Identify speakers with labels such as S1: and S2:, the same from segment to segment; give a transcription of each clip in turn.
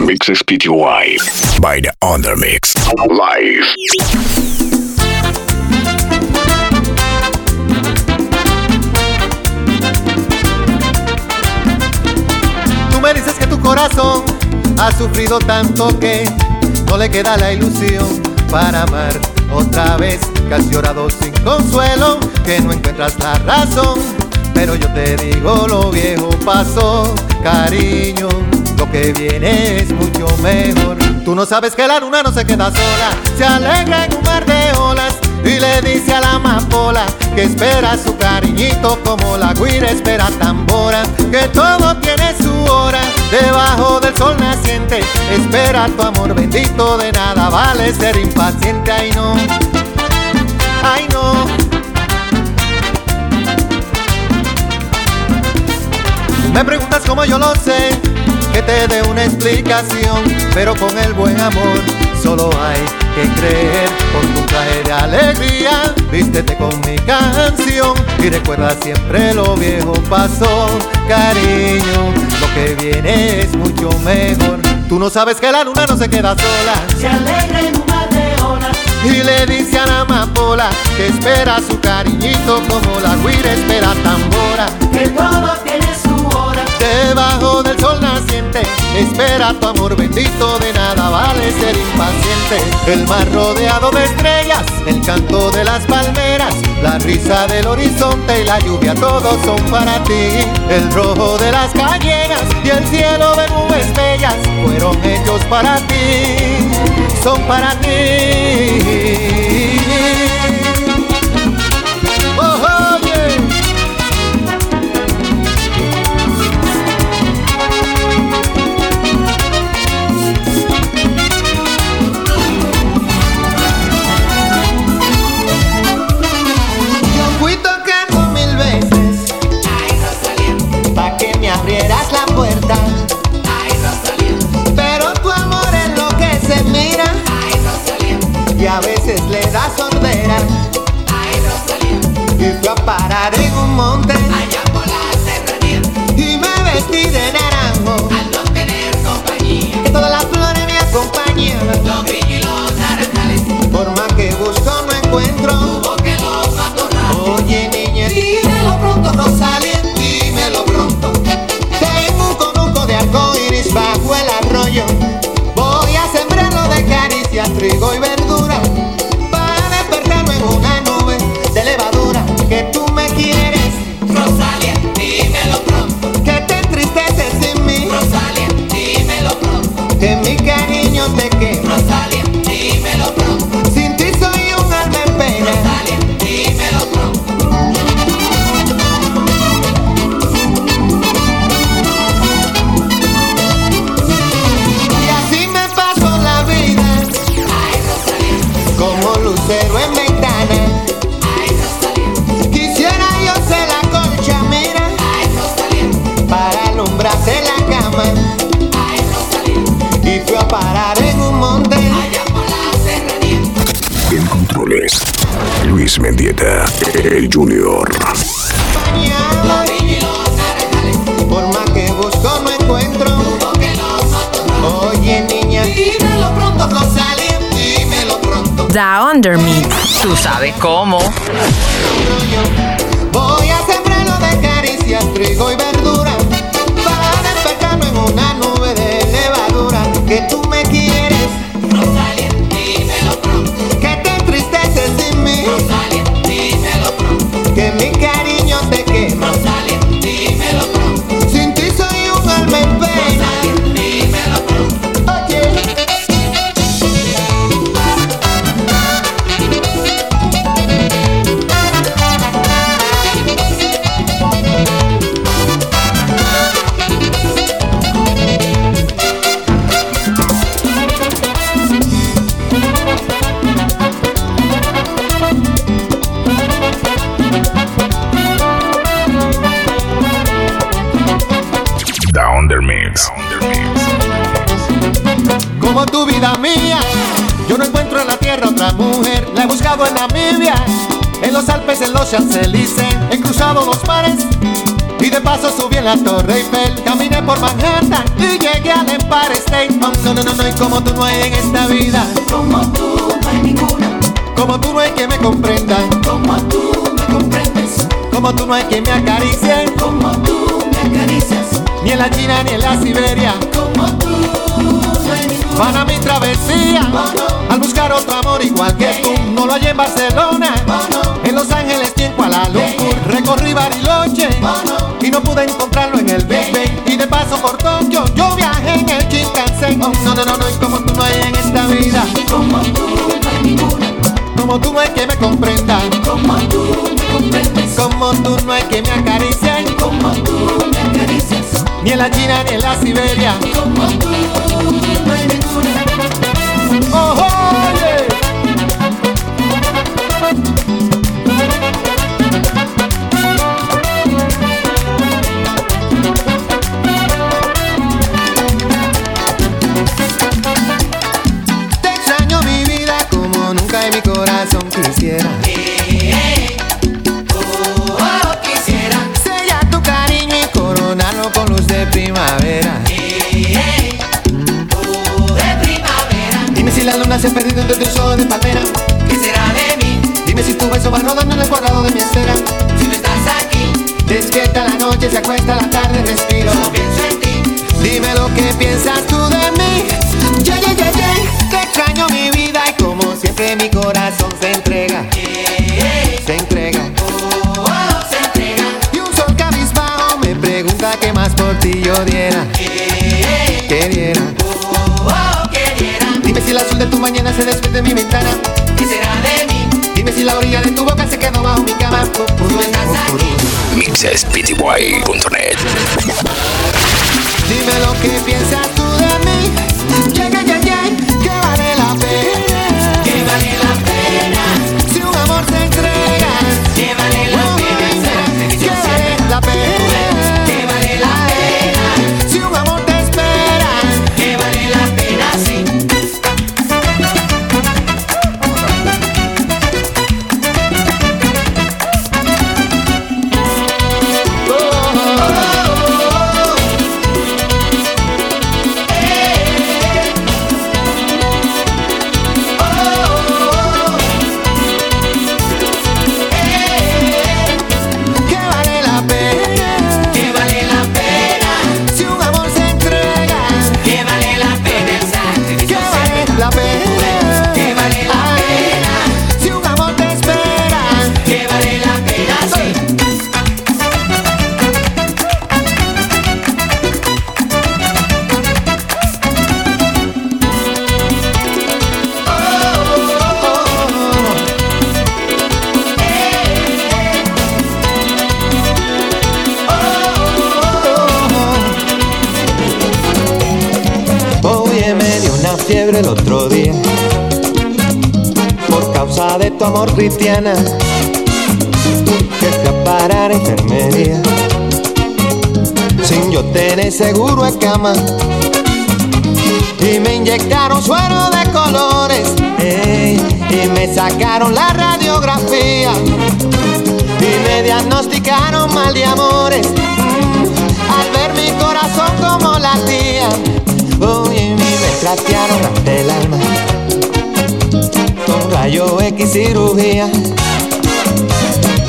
S1: Mixes Pty by the Undermix Live.
S2: Tú me dices que tu corazón ha sufrido tanto que no le queda la ilusión para amar otra vez. Que has llorado sin consuelo, que no encuentras la razón. Pero yo te digo lo viejo pasó, cariño. Lo que viene es mucho mejor. Tú no sabes que la luna no se queda sola, se alegra en un mar de olas y le dice a la amapola que espera su cariñito como la guira espera tambora, que todo tiene su hora debajo del sol naciente. Espera tu amor bendito, de nada vale ser impaciente, ay no, ay no. Me preguntas cómo yo lo sé, que te dé una explicación, pero con el buen amor solo hay que creer. Con tu traje de alegría, vístete con mi canción y recuerda siempre lo viejo pasó, cariño. Lo que viene es mucho mejor. Tú no sabes que la luna no se queda sola.
S3: Se alegra en un mar de olas,
S2: Y le dice a la amapola que espera su cariñito como la guira espera tambora.
S3: que todo tiene su hora.
S2: Debajo del sol naciente, espera tu amor bendito, de nada vale ser impaciente. El mar rodeado de estrellas, el canto de las palmeras, la risa del horizonte y la lluvia, todos son para ti. El rojo de las cañeras y el cielo de nubes bellas, fueron hechos para ti, son para ti. Oh, oh, yeah. Yo fui tocando mil veces Pa' que me abrieras la puerta Pero tu amor es lo que se mira Y a veces le da sordera Y fui a parar en un monte Y me vestí de naranjo Que todas las flores me acompañan Por más que busco no encuentro Oye niña, dímelo pronto Rosalía, dímelo pronto Tengo un conuco de arcoiris bajo el arroyo Voy a sembrarlo de caricias, trigo y verdura Para despertarme en una nube de levadura Que tú me quieres, que te entristeces sin mí Que mi cariño te quema Sin ti soy un alma en pena Y así me paso la vida Como lucero en ventana Quisiera yo ser la colcha, mira Para alumbrarse la cama Y fui a parar en un monte
S1: En controles, Luis Mendieta, el Junior.
S2: Bañado Por más que busco no encuentro Oye niña Dímelo pronto Rosalía Dímelo pronto
S4: Da Under Me. Tú sabes cómo.
S2: rollo. Voy a sembrarlo de caricias, trigo y verdura. Para despertarlo en una nube de levadura. Que tú me quieres, que te entristeces sin mí. Que mi cariño te quema. Sin ti soy un alma en pena. Oye.
S1: The Undermix.
S2: como tu vida mía. Yo no encuentro en la tierra otra mujer, la he buscado en Namibia, en los Alpes, en los Champs-Élysées, he cruzado los mares y de paso subí en la Torre Eiffel, caminé por Manhattan y llegué al Empire para State Farm. No, no, no, no hay como tú no hay en esta vida.
S3: Como tú no hay ninguna,
S2: Como tú no hay que me comprenda.
S3: como tú me comprendes,
S2: Como tú no hay que me acaricie.
S3: como tú me acaricias,
S2: Ni en la China ni en la Siberia.
S3: como tú no hay ninguna.
S2: Van a mi travesía. Al buscar otro amor igual que tú. No lo hay en Barcelona. En Los Ángeles y en Kuala Lumpur. Recorrí Bariloche. Y no pude encontrarlo en el Big Bang. Y de paso por Tokio. Yo viajé en el Shinkansen. Oh, no, no, no, no. Y como tú no hay en esta vida.
S3: Como tú no hay ninguna,
S2: Como tú no hay que me comprenda.
S3: como tú me comprendes,
S2: Como tú no hay que me acaricie.
S3: como tú me acaricias,
S2: Ni en la China ni en la Siberia.
S3: como tú no hay ninguna.
S2: Oh, oye. Te extraño mi vida como nunca en mi corazón quisiera.
S3: Oh, quisiera
S2: Sella tu cariño y coronarlo con luz de primavera.
S3: de primavera,
S2: Dime si la luna se ha perdido entre tus ojos de palmera.
S3: ¿qué será de mí?
S2: Dime si tu beso va rodando en el cuadrado de mi estera.
S3: Si no estás aquí,
S2: Despierta la noche, se acuesta la tarde, respiro.
S3: no pienso en ti.
S2: Dime lo que piensas tú de mí. Ye, ye, ye, ye. Te extraño mi vida y como siempre mi corazón se entrega. Se entrega.
S3: Oh, se entrega.
S2: Y un sol cabizbajo me pregunta qué más por ti yo diera. Que diera.
S3: Eh, Oh, que diera,
S2: Dime si el azul de tu mañana se despide en mi ventana.
S3: ¿qué será de mí?
S2: Dime si la orilla de tu boca se quedó bajo mi cama.
S3: No estás aquí.
S1: mixespty.net.
S2: Dime lo que piensas tú de mí. Ye, ye, ye, ye. Que vale la pena.
S3: Que vale la pena,
S2: Si un amor se entrega.
S3: que vale la pena,
S2: Que vale la pena.
S3: que vale la pena,
S2: Si un amor te espera,
S3: que vale la pena, sí.
S2: que vale la pena.
S3: Que vale la pena,
S2: Si un amor se entrega,
S3: que vale la pena,
S2: que vale la pena.
S3: que vale la
S2: Ay,
S3: pena,
S2: Si un amor te espera,
S3: que vale la pena, sí.
S2: Oye, me dio una fiebre el otro día por causa de tu amor, Cristiana. Que fui a parar a enfermería sin yo tener seguro en cama y me inyectaron suero de colores ey, y me sacaron la radiografía y me diagnosticaron mal de amores mm, al ver mi corazón como latía Oye, y me trastearon hasta el alma con rayo X cirugía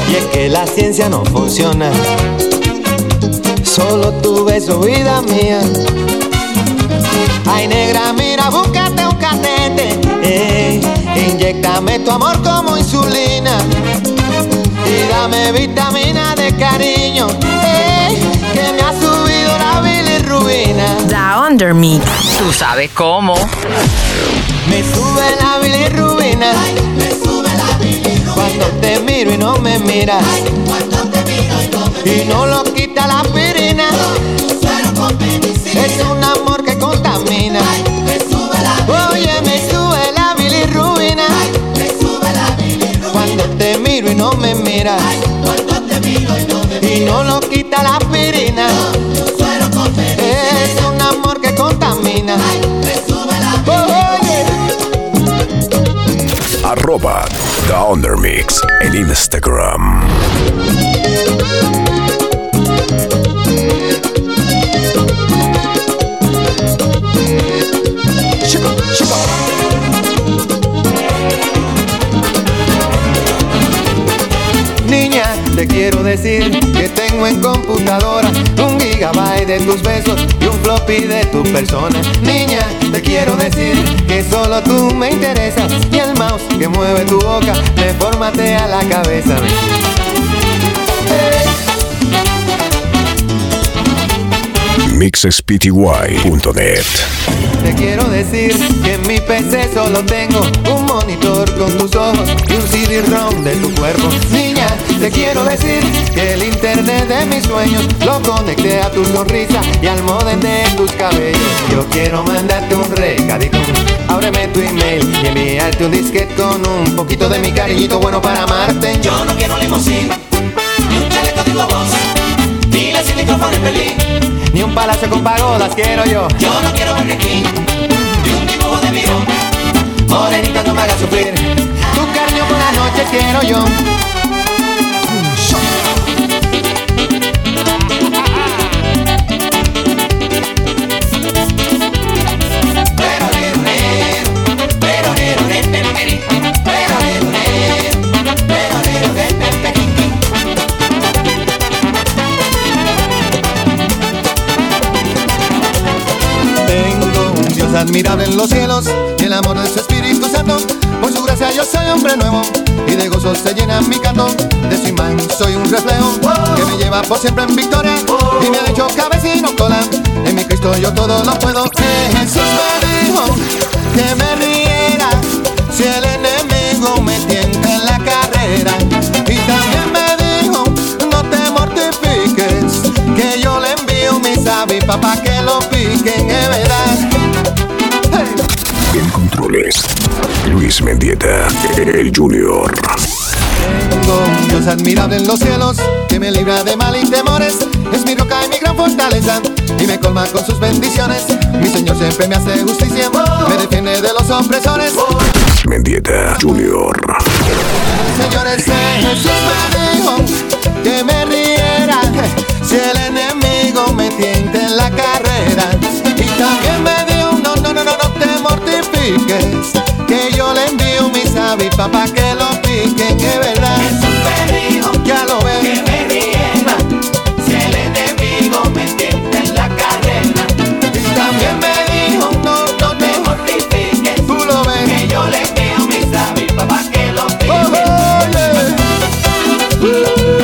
S2: y es que la ciencia no funciona solo tu beso vida mía Ay, negra, mira, búscate un catete. Ey, inyectame tu amor como insulina. Y dame vitamina de cariño. Ey, que me ha subido la bilirrubina.
S4: Da Under Mix. Tú sabes cómo.
S2: Me sube la bilirrubina.
S3: Me sube la bilirrubina
S2: Cuando te miro y no me miras.
S3: cuando te miro y no me
S2: Y no lo quita la aspirina.
S3: tu suero con penicilina.
S2: Es un amor que contamina.
S3: Me sube la
S2: Oye, me sube la bilirrubina.
S3: me sube la bilirrubina
S2: Cuando te miro y no me miras.
S3: cuando te miro y no me
S2: y no lo quita la aspirina.
S3: tu suero con penicilina.
S2: Es un amor que contamina.
S3: Me sube la
S2: Oye.
S1: Arroba The Undermix en Instagram.
S2: Niña, te quiero decir que tengo en computadora un gigabyte de tus besos y un floppy de tu persona. Niña, te quiero decir que solo tú me interesas y el mouse que mueve tu boca me formatea la cabeza.
S1: mixespty.net.
S2: Te quiero decir que en mi PC solo tengo un monitor con tus ojos y un CD-ROM de tu cuerpo. Niña, te quiero decir que el internet de mis sueños lo conecté a tu sonrisa y al modem de tus cabellos. Yo quiero mandarte un recadito. Ábreme tu email y enviarte un disquete con un poquito de mi cariñito bueno para amarte.
S3: Yo no quiero limusina, ni un chaleco de globos, ni la sin micrófono en Berlín.
S2: Ni un palacio con pagodas quiero yo.
S3: Yo no quiero Burger King, ni un dibujo de Mirón.
S2: Morenita no me hagas sufrir. Tu cariño por la noche quiero yo.
S3: Pero nero, nero, pero nero, re, pe, pe, ri. Pero nero, nero, pero nero, re, pe, pe, ri, ri.
S2: Tengo un Dios admirable en los cielos y el amor de su Espíritu Santo. Por su gracia yo soy hombre nuevo y de gozo se llena mi canto. De su imán soy un reflejo que me lleva por siempre en victoria y me ha hecho cabecino cola. En mi Cristo yo todo lo puedo. Que Jesús me dijo que me riera si el enemigo me tienta en la carrera. Y también me dijo no te mortifiques que yo le envío mis avispas para que lo piquen, es verdad. Hey.
S1: En controles, Luis Mendieta, el Junior.
S2: Tengo un Dios admirable en los cielos que me libra de mal y temores. Es mi roca y mi gran fortaleza y me colma con sus bendiciones. Mi Señor siempre me hace justicia, me defiende de los opresores.
S1: Mendieta Junior.
S2: Señores, Jesús me dijo que me riera si el enemigo me tienta en la carrera. Y también me dijo, no, no, no, no, no te mortifiques, que yo le envío mis avispas para que lo piquen, que verdad.
S3: Me dijo
S2: Ya lo ves.
S3: que me riera si el enemigo me tienta en la carrera.
S2: Y también me dijo, no, no
S3: Me
S2: te
S3: mortifiques,
S2: tú lo ves.
S3: que yo le envío mis avispas pa' que lo
S2: Oh,
S3: piquen.
S2: oh, yeah.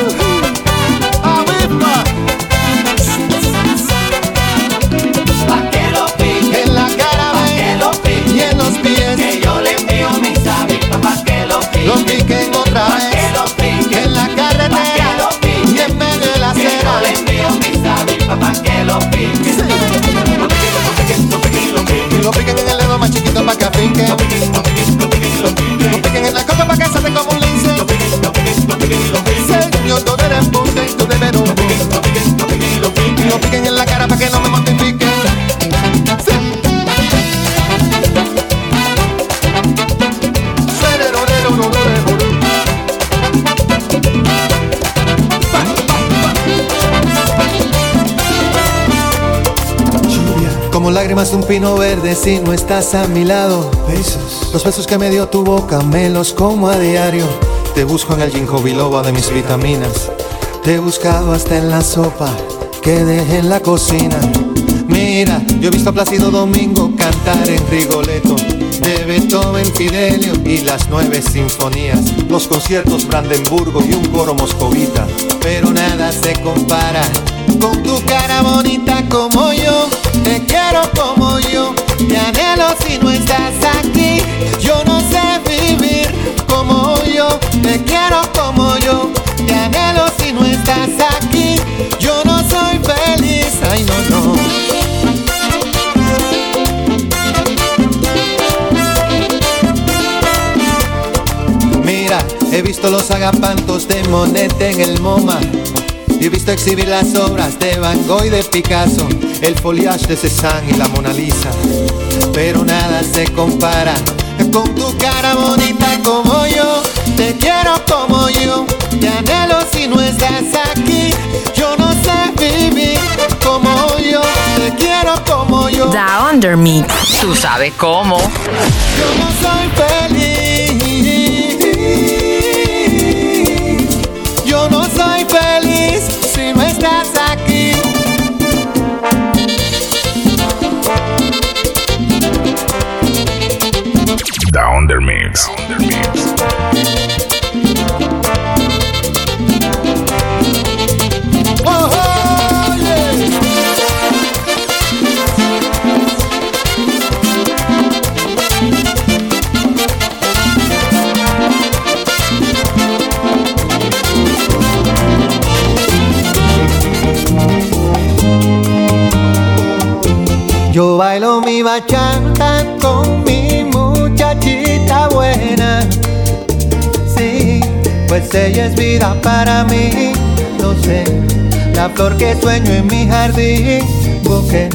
S2: Uh, avispa.
S3: Pa' que lo pique,
S2: En la cara
S3: pa' que lo
S2: ven
S3: pique,
S2: y en los pies
S3: que yo le envío mis avispas pa' que lo
S2: los
S3: pique,
S2: piquen otra
S3: pa' que
S2: vez.
S3: lo pique,
S2: En la
S3: pa' que
S2: carretera
S3: lo pique,
S2: y en medio de la
S3: que yo
S2: acera.
S3: le envío mis avispas pa' que lo pique.
S2: Sí.
S3: Lo pique, lo pique, lo pique, lo pique,
S2: Y lo piquen en el dedo más chiquito para que afinque.
S3: lo pique, lo pique, lo pique, lo pique,
S2: Lo piquen en la copa para que se te como un lince.
S3: lo pique, lo pique, lo pique, lo pique,
S2: Señor, tú eres punta y tú debes un bus.
S3: lo pique, lo pique, lo pique.
S2: Y lo piquen en la cara para que no me mortifiquen. Sí. Como lágrimas de un pino verde si no estás a mi lado. Besos. Los besos que me dio tu boca me los como a diario. Te busco en el ginkgo biloba de mis vitaminas. Te he buscado hasta en la sopa que dejé en la cocina. Mira, yo he visto a Plácido Domingo cantar en Rigoletto, de Beethoven, Fidelio y las nueve sinfonías, los conciertos Brandenburgo y un coro moscovita. Pero nada se compara con tu cara bonita como yo, te quiero como yo, te anhelo si no estás aquí. Yo no sé vivir como yo, te quiero como yo, te anhelo si no estás aquí. Yo no soy feliz, ay no, no. Mira, he visto los agapantos de Monet en el MoMA. Y he visto exhibir las obras de Van Gogh y de Picasso, el foliage de Cézanne y la Mona Lisa. Pero nada se compara con tu cara bonita como yo. Te quiero como yo, te anhelo si no estás aquí. Yo no sé vivir como yo, te quiero como yo. sentido.
S4: Da Under Mix. Tú sabes cómo.
S2: Yo no soy feliz. Yo no soy feliz si no estás aquí.
S1: Down Under Mix.
S2: Oh, oh, yeah. Yo bailo mi bachata con mi muchachita buena. Sí, pues ella es vida para mí. No sé, la flor que sueño en mi jardín. Busqué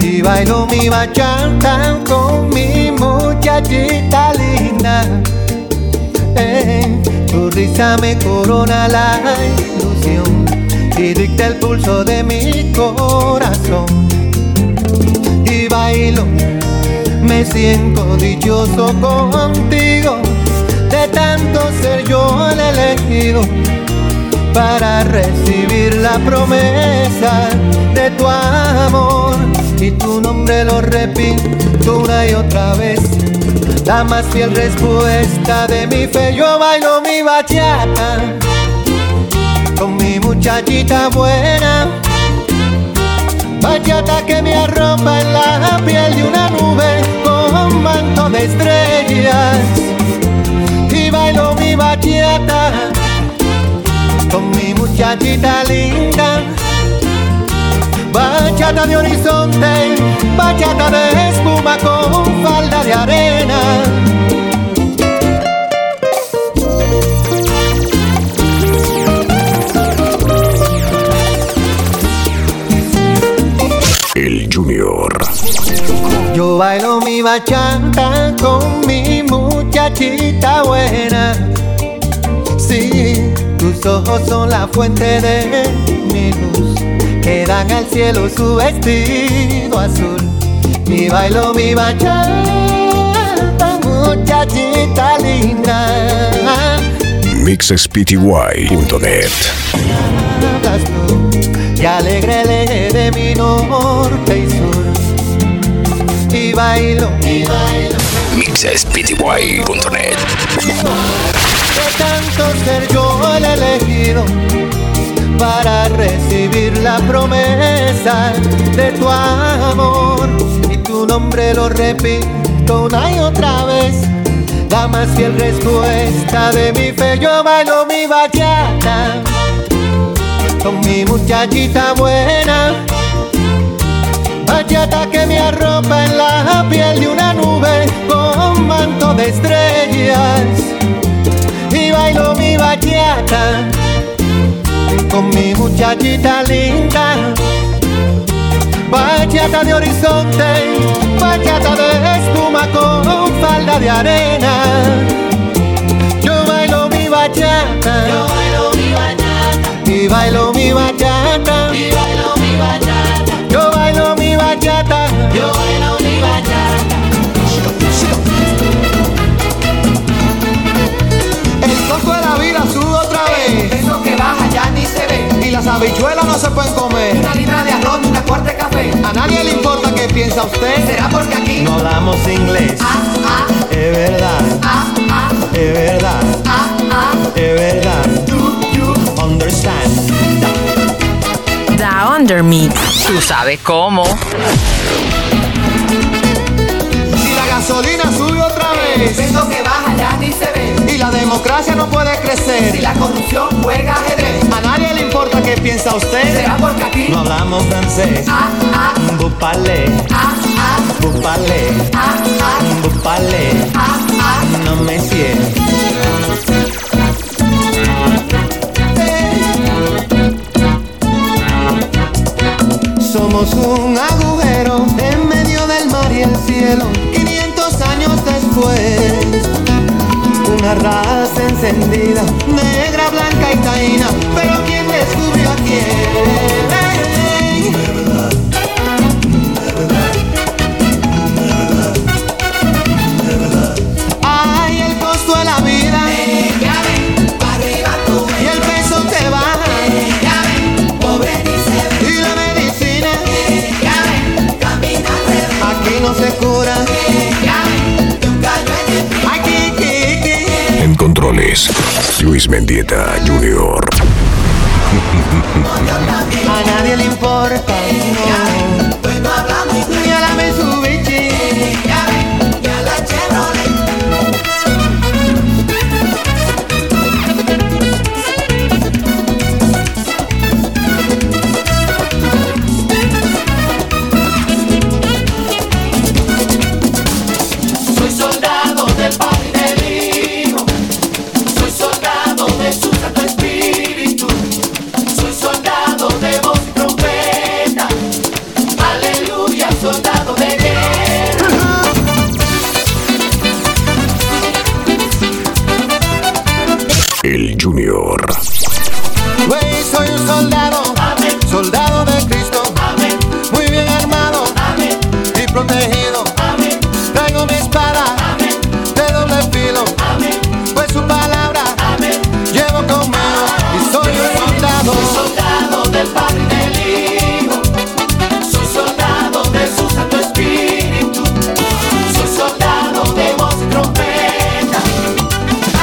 S2: y bailo mi bachata con mi muchachita linda. Eh, tu risa me corona la ilusión y dicta el pulso de mi corazón y bailo. Me siento dichoso contigo, de tanto ser yo el elegido para recibir la promesa de tu amor. Y tu nombre lo repito una y otra vez. La más fiel respuesta de mi fe, yo bailo mi bachata con mi muchachita buena. Bachata que me arropa en la piel de una nube con manto de estrellas. Y bailo mi bachata con mi muchachita linda. Bachata de horizonte, bachata de espuma con falda de arena.
S1: El Junior.
S2: Yo bailo mi bachata con mi muchachita buena. Sí, tus ojos son la fuente de mi luz, que dan al cielo su vestido azul. Y bailo mi bachata, muchachita linda.
S1: MixSPTY.net.
S2: hablas tú y alegre eje de mi norte y sur. Y bailo, y bailo,
S1: MixSPTY.net.
S2: de tanto ser yo el elegido para recibir la promesa de tu amor. Y tu nombre lo repito una y otra vez. La más fiel respuesta de mi fe, yo bailo mi bachata con mi muchachita buena. Bachata que me arropa en la piel de una nube con manto de estrellas. Y bailo mi bachata con mi muchachita linda. Bachata de horizonte, bachata de espuma con falda de arena. Yo bailo mi bachata. Yo bailo mi bachata. Y bailo mi bachata. Y bailo mi bachata. Yo bailo mi bachata. Yo bailo mi bachata. El coco de la vida sube otra vez.
S5: Eso que baja ya ni se ve.
S2: Y las habichuelas no se pueden comer.
S5: Una libra de arroz y una cuarta de café.
S2: A nadie le importa qué piensa usted.
S5: ¿Será porque aquí?
S2: No hablamos inglés.
S5: Ah, ah,
S2: Es verdad,
S5: ah, ah,
S2: es verdad,
S5: ah, ah.
S2: es verdad.
S5: You, you.
S2: Understand.
S4: Da Under Mix. Tú sabes cómo.
S2: Si la gasolina sube otra vez
S5: Eso que baja ya ni se ve.
S2: y la democracia no puede
S5: Si
S2: crecer,
S5: la corrupción juega ajedrez.
S2: a nadie le importa qué piensa usted.
S5: ¿Será porque aquí?
S2: No hablamos francés.
S5: Ah, ah,
S2: Bupale,
S5: ah, ah,
S2: bupale,
S5: ah, ah,
S2: bupale,
S5: ah, ah.
S2: no me fie. Somos un agujero en medio del mar y el cielo, 500 años después. Una raza encendida, negra, blanca y taína, pero ¿quién descubrió a quién?
S1: Vázquez, Luis Mendieta Jr.
S2: A nadie le importa, no. Ni a la Mitsubishi,
S3: Soy soldado del pan y del vino. Soy soldado de su santo espíritu. Soy soldado de voz y trompeta. Aleluya, soldado de guerra.
S1: El Junior.
S2: güey, soy un soldado,
S3: Amén,
S2: soldado de Cristo,
S3: amén,
S2: muy bien armado
S3: amén,
S2: y protegido.
S3: amén,
S2: Traigo mi espada
S3: amén,
S2: de doble filo,
S3: amén,
S2: pues su palabra
S3: amén.
S2: llevo conmigo y soy un soldado.
S3: Soy soldado del Padre y del Hijo, soy soldado de su Santo Espíritu, soy soldado de voz y trompeta,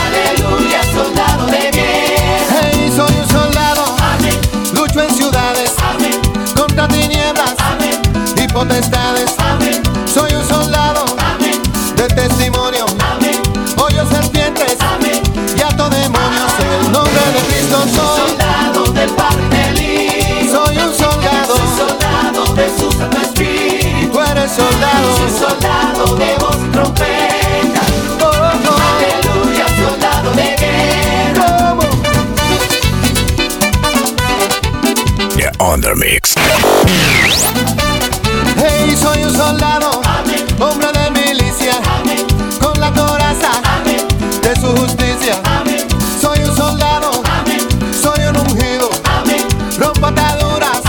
S3: aleluya, soldado de guerra,
S2: Hey, soy un soldado,
S3: amén,
S2: lucho en ciudades
S3: amén,
S2: contra tinieblas
S3: amén,
S2: y potestades.
S3: amén,
S2: Soy un soldado
S3: amén,
S2: de testimonio,
S3: amén,
S2: hoyo serpientes
S3: amén,
S2: y ato demonios. En el nombre de Cristo soy,
S3: soldado del Padre y del Hijo,
S2: soy un soldado.
S3: soy soldado de su Santo Espíritu,
S2: Tú eres
S3: soy
S2: soldado.
S3: soldado de voz y trompeta,
S2: Oh, oh,
S3: aleluya, soldado de guerra.
S2: ¿cómo?
S1: The Undermix.
S2: Hey, soy un soldado, hombre de milicia, con la coraza de su justicia. Soy un soldado, soy un ungido, rompo ataduras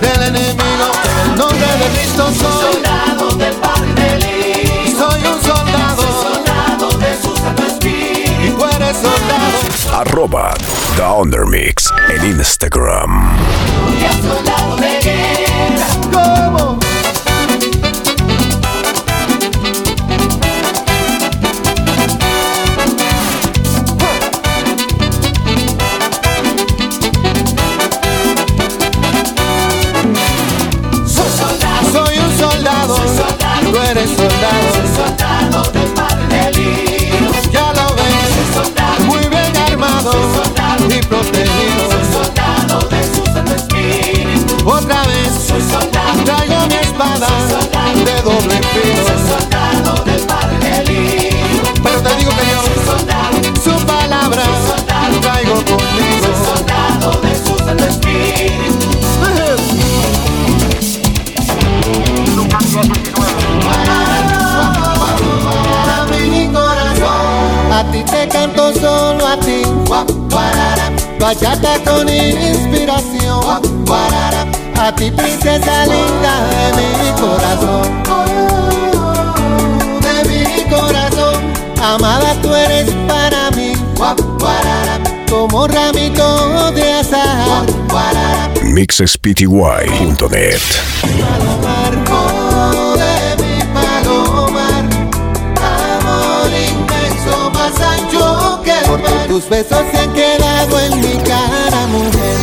S2: del enemigo. En el nombre de Cristo soy,
S3: Soldado del Padre y del Hijo,
S2: soy un soldado,
S3: soldado de su Santo Espíritu,
S2: y tú eres soldado.
S1: Arroba The Undermix en Instagram.
S3: ya soldado de guerra,
S2: ¿Cómo?
S3: soy soldado,
S2: Soy un soldado,
S3: soldado.
S2: tú eres soldado,
S3: soldado del Padre y del Hijo,
S2: ya lo ves,
S3: soldado,
S2: muy bien armado y protegido.
S3: soldado de su Santo Espíritu,
S2: Otra vez
S3: soy soldado,
S2: traigo mi espada de doble filo,
S3: soldado del Padre y del Hijo,
S2: pero te digo que
S3: soldado,
S2: yo su palabra traigo conmigo.
S3: soldado de su Santo Espíritu,
S2: Para mi corazón, a ti te canto solo a ti. Bachata con inspiración. A ti princesa linda de mi corazón. De mi corazón, amada tú eres para mí. Como ramito de azahar.
S1: MixSPTY.net.
S2: Palomar, de mi palomar, amor inmenso más ancho que el mar. Tus besos se han quedado en mi cara, mujer.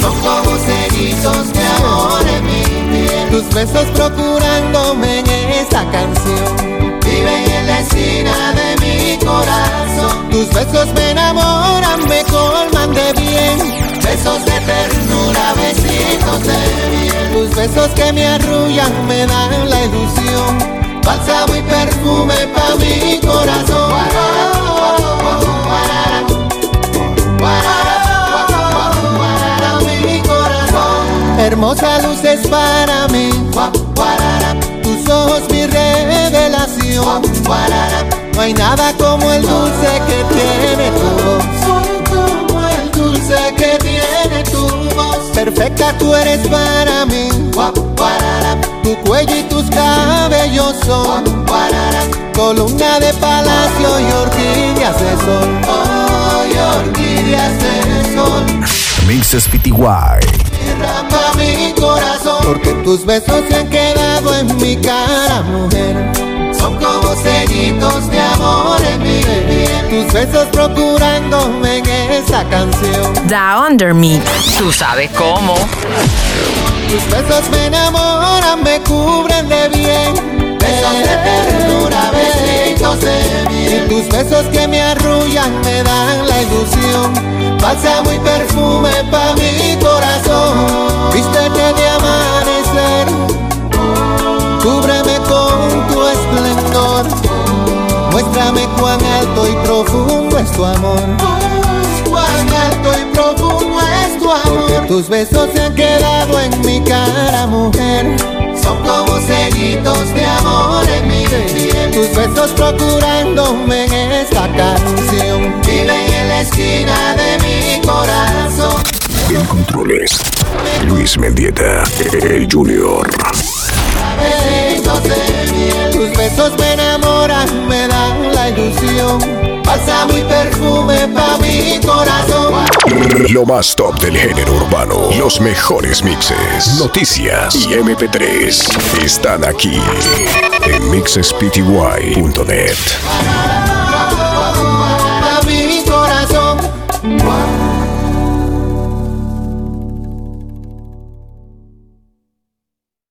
S2: Son como cerizos de amor en mi piel. Tus besos procurándome en esta canción. Viven en la esquina de mi corazón. Tus besos me enamoran, me colman de bien. Besos de ternura, besitos de miel. Tus besos que me arrullan me dan la ilusión. Bálsamo y perfume pa' mi corazón. Hermosa luz es para mí. Tus ojos mi revelación. No hay nada como el dulce que tiene tu voz. como el dulce que tiene tu voz. Perfecta tú eres para mí. Tu cuello y tus cabellos son. Columna de palacio y orquídeas de sol. Oh, y orquídeas de sol.
S1: MixSPTY.
S2: Derrama mi corazón Porque tus besos se han quedado en mi cara, mujer Son como sellitos de amor en mi piel tus besos procurándome en esa canción.
S4: Da Under Mix.
S6: Tú sabes cómo.
S2: Tus besos me enamoran, me cubren de bien. Besos de ternura, besitos de miel. Y tus besos que me arrullan me dan la ilusión. Pasa muy perfume pa' mi corazón. Vístete de amanecer. Cúbreme con tu esplendor. Muéstrame cuán alto y profundo es tu amor. Cuán alto y profundo es tu amor. Porque tus besos se han quedado en mi cara, mujer. Son como sellitos de amor en mi piel. Tus besos procurándome en esta canción. Viven en la esquina de mi corazón.
S1: En controles, Luis Mendieta, el Junior.
S2: Besos de miel. Tus besos me enamoran, me dan la ilusión. Pasa muy perfume pa' mi corazón.
S1: Lo más top del género urbano, los mejores mixes, noticias y MP3 están aquí en mixespty.net.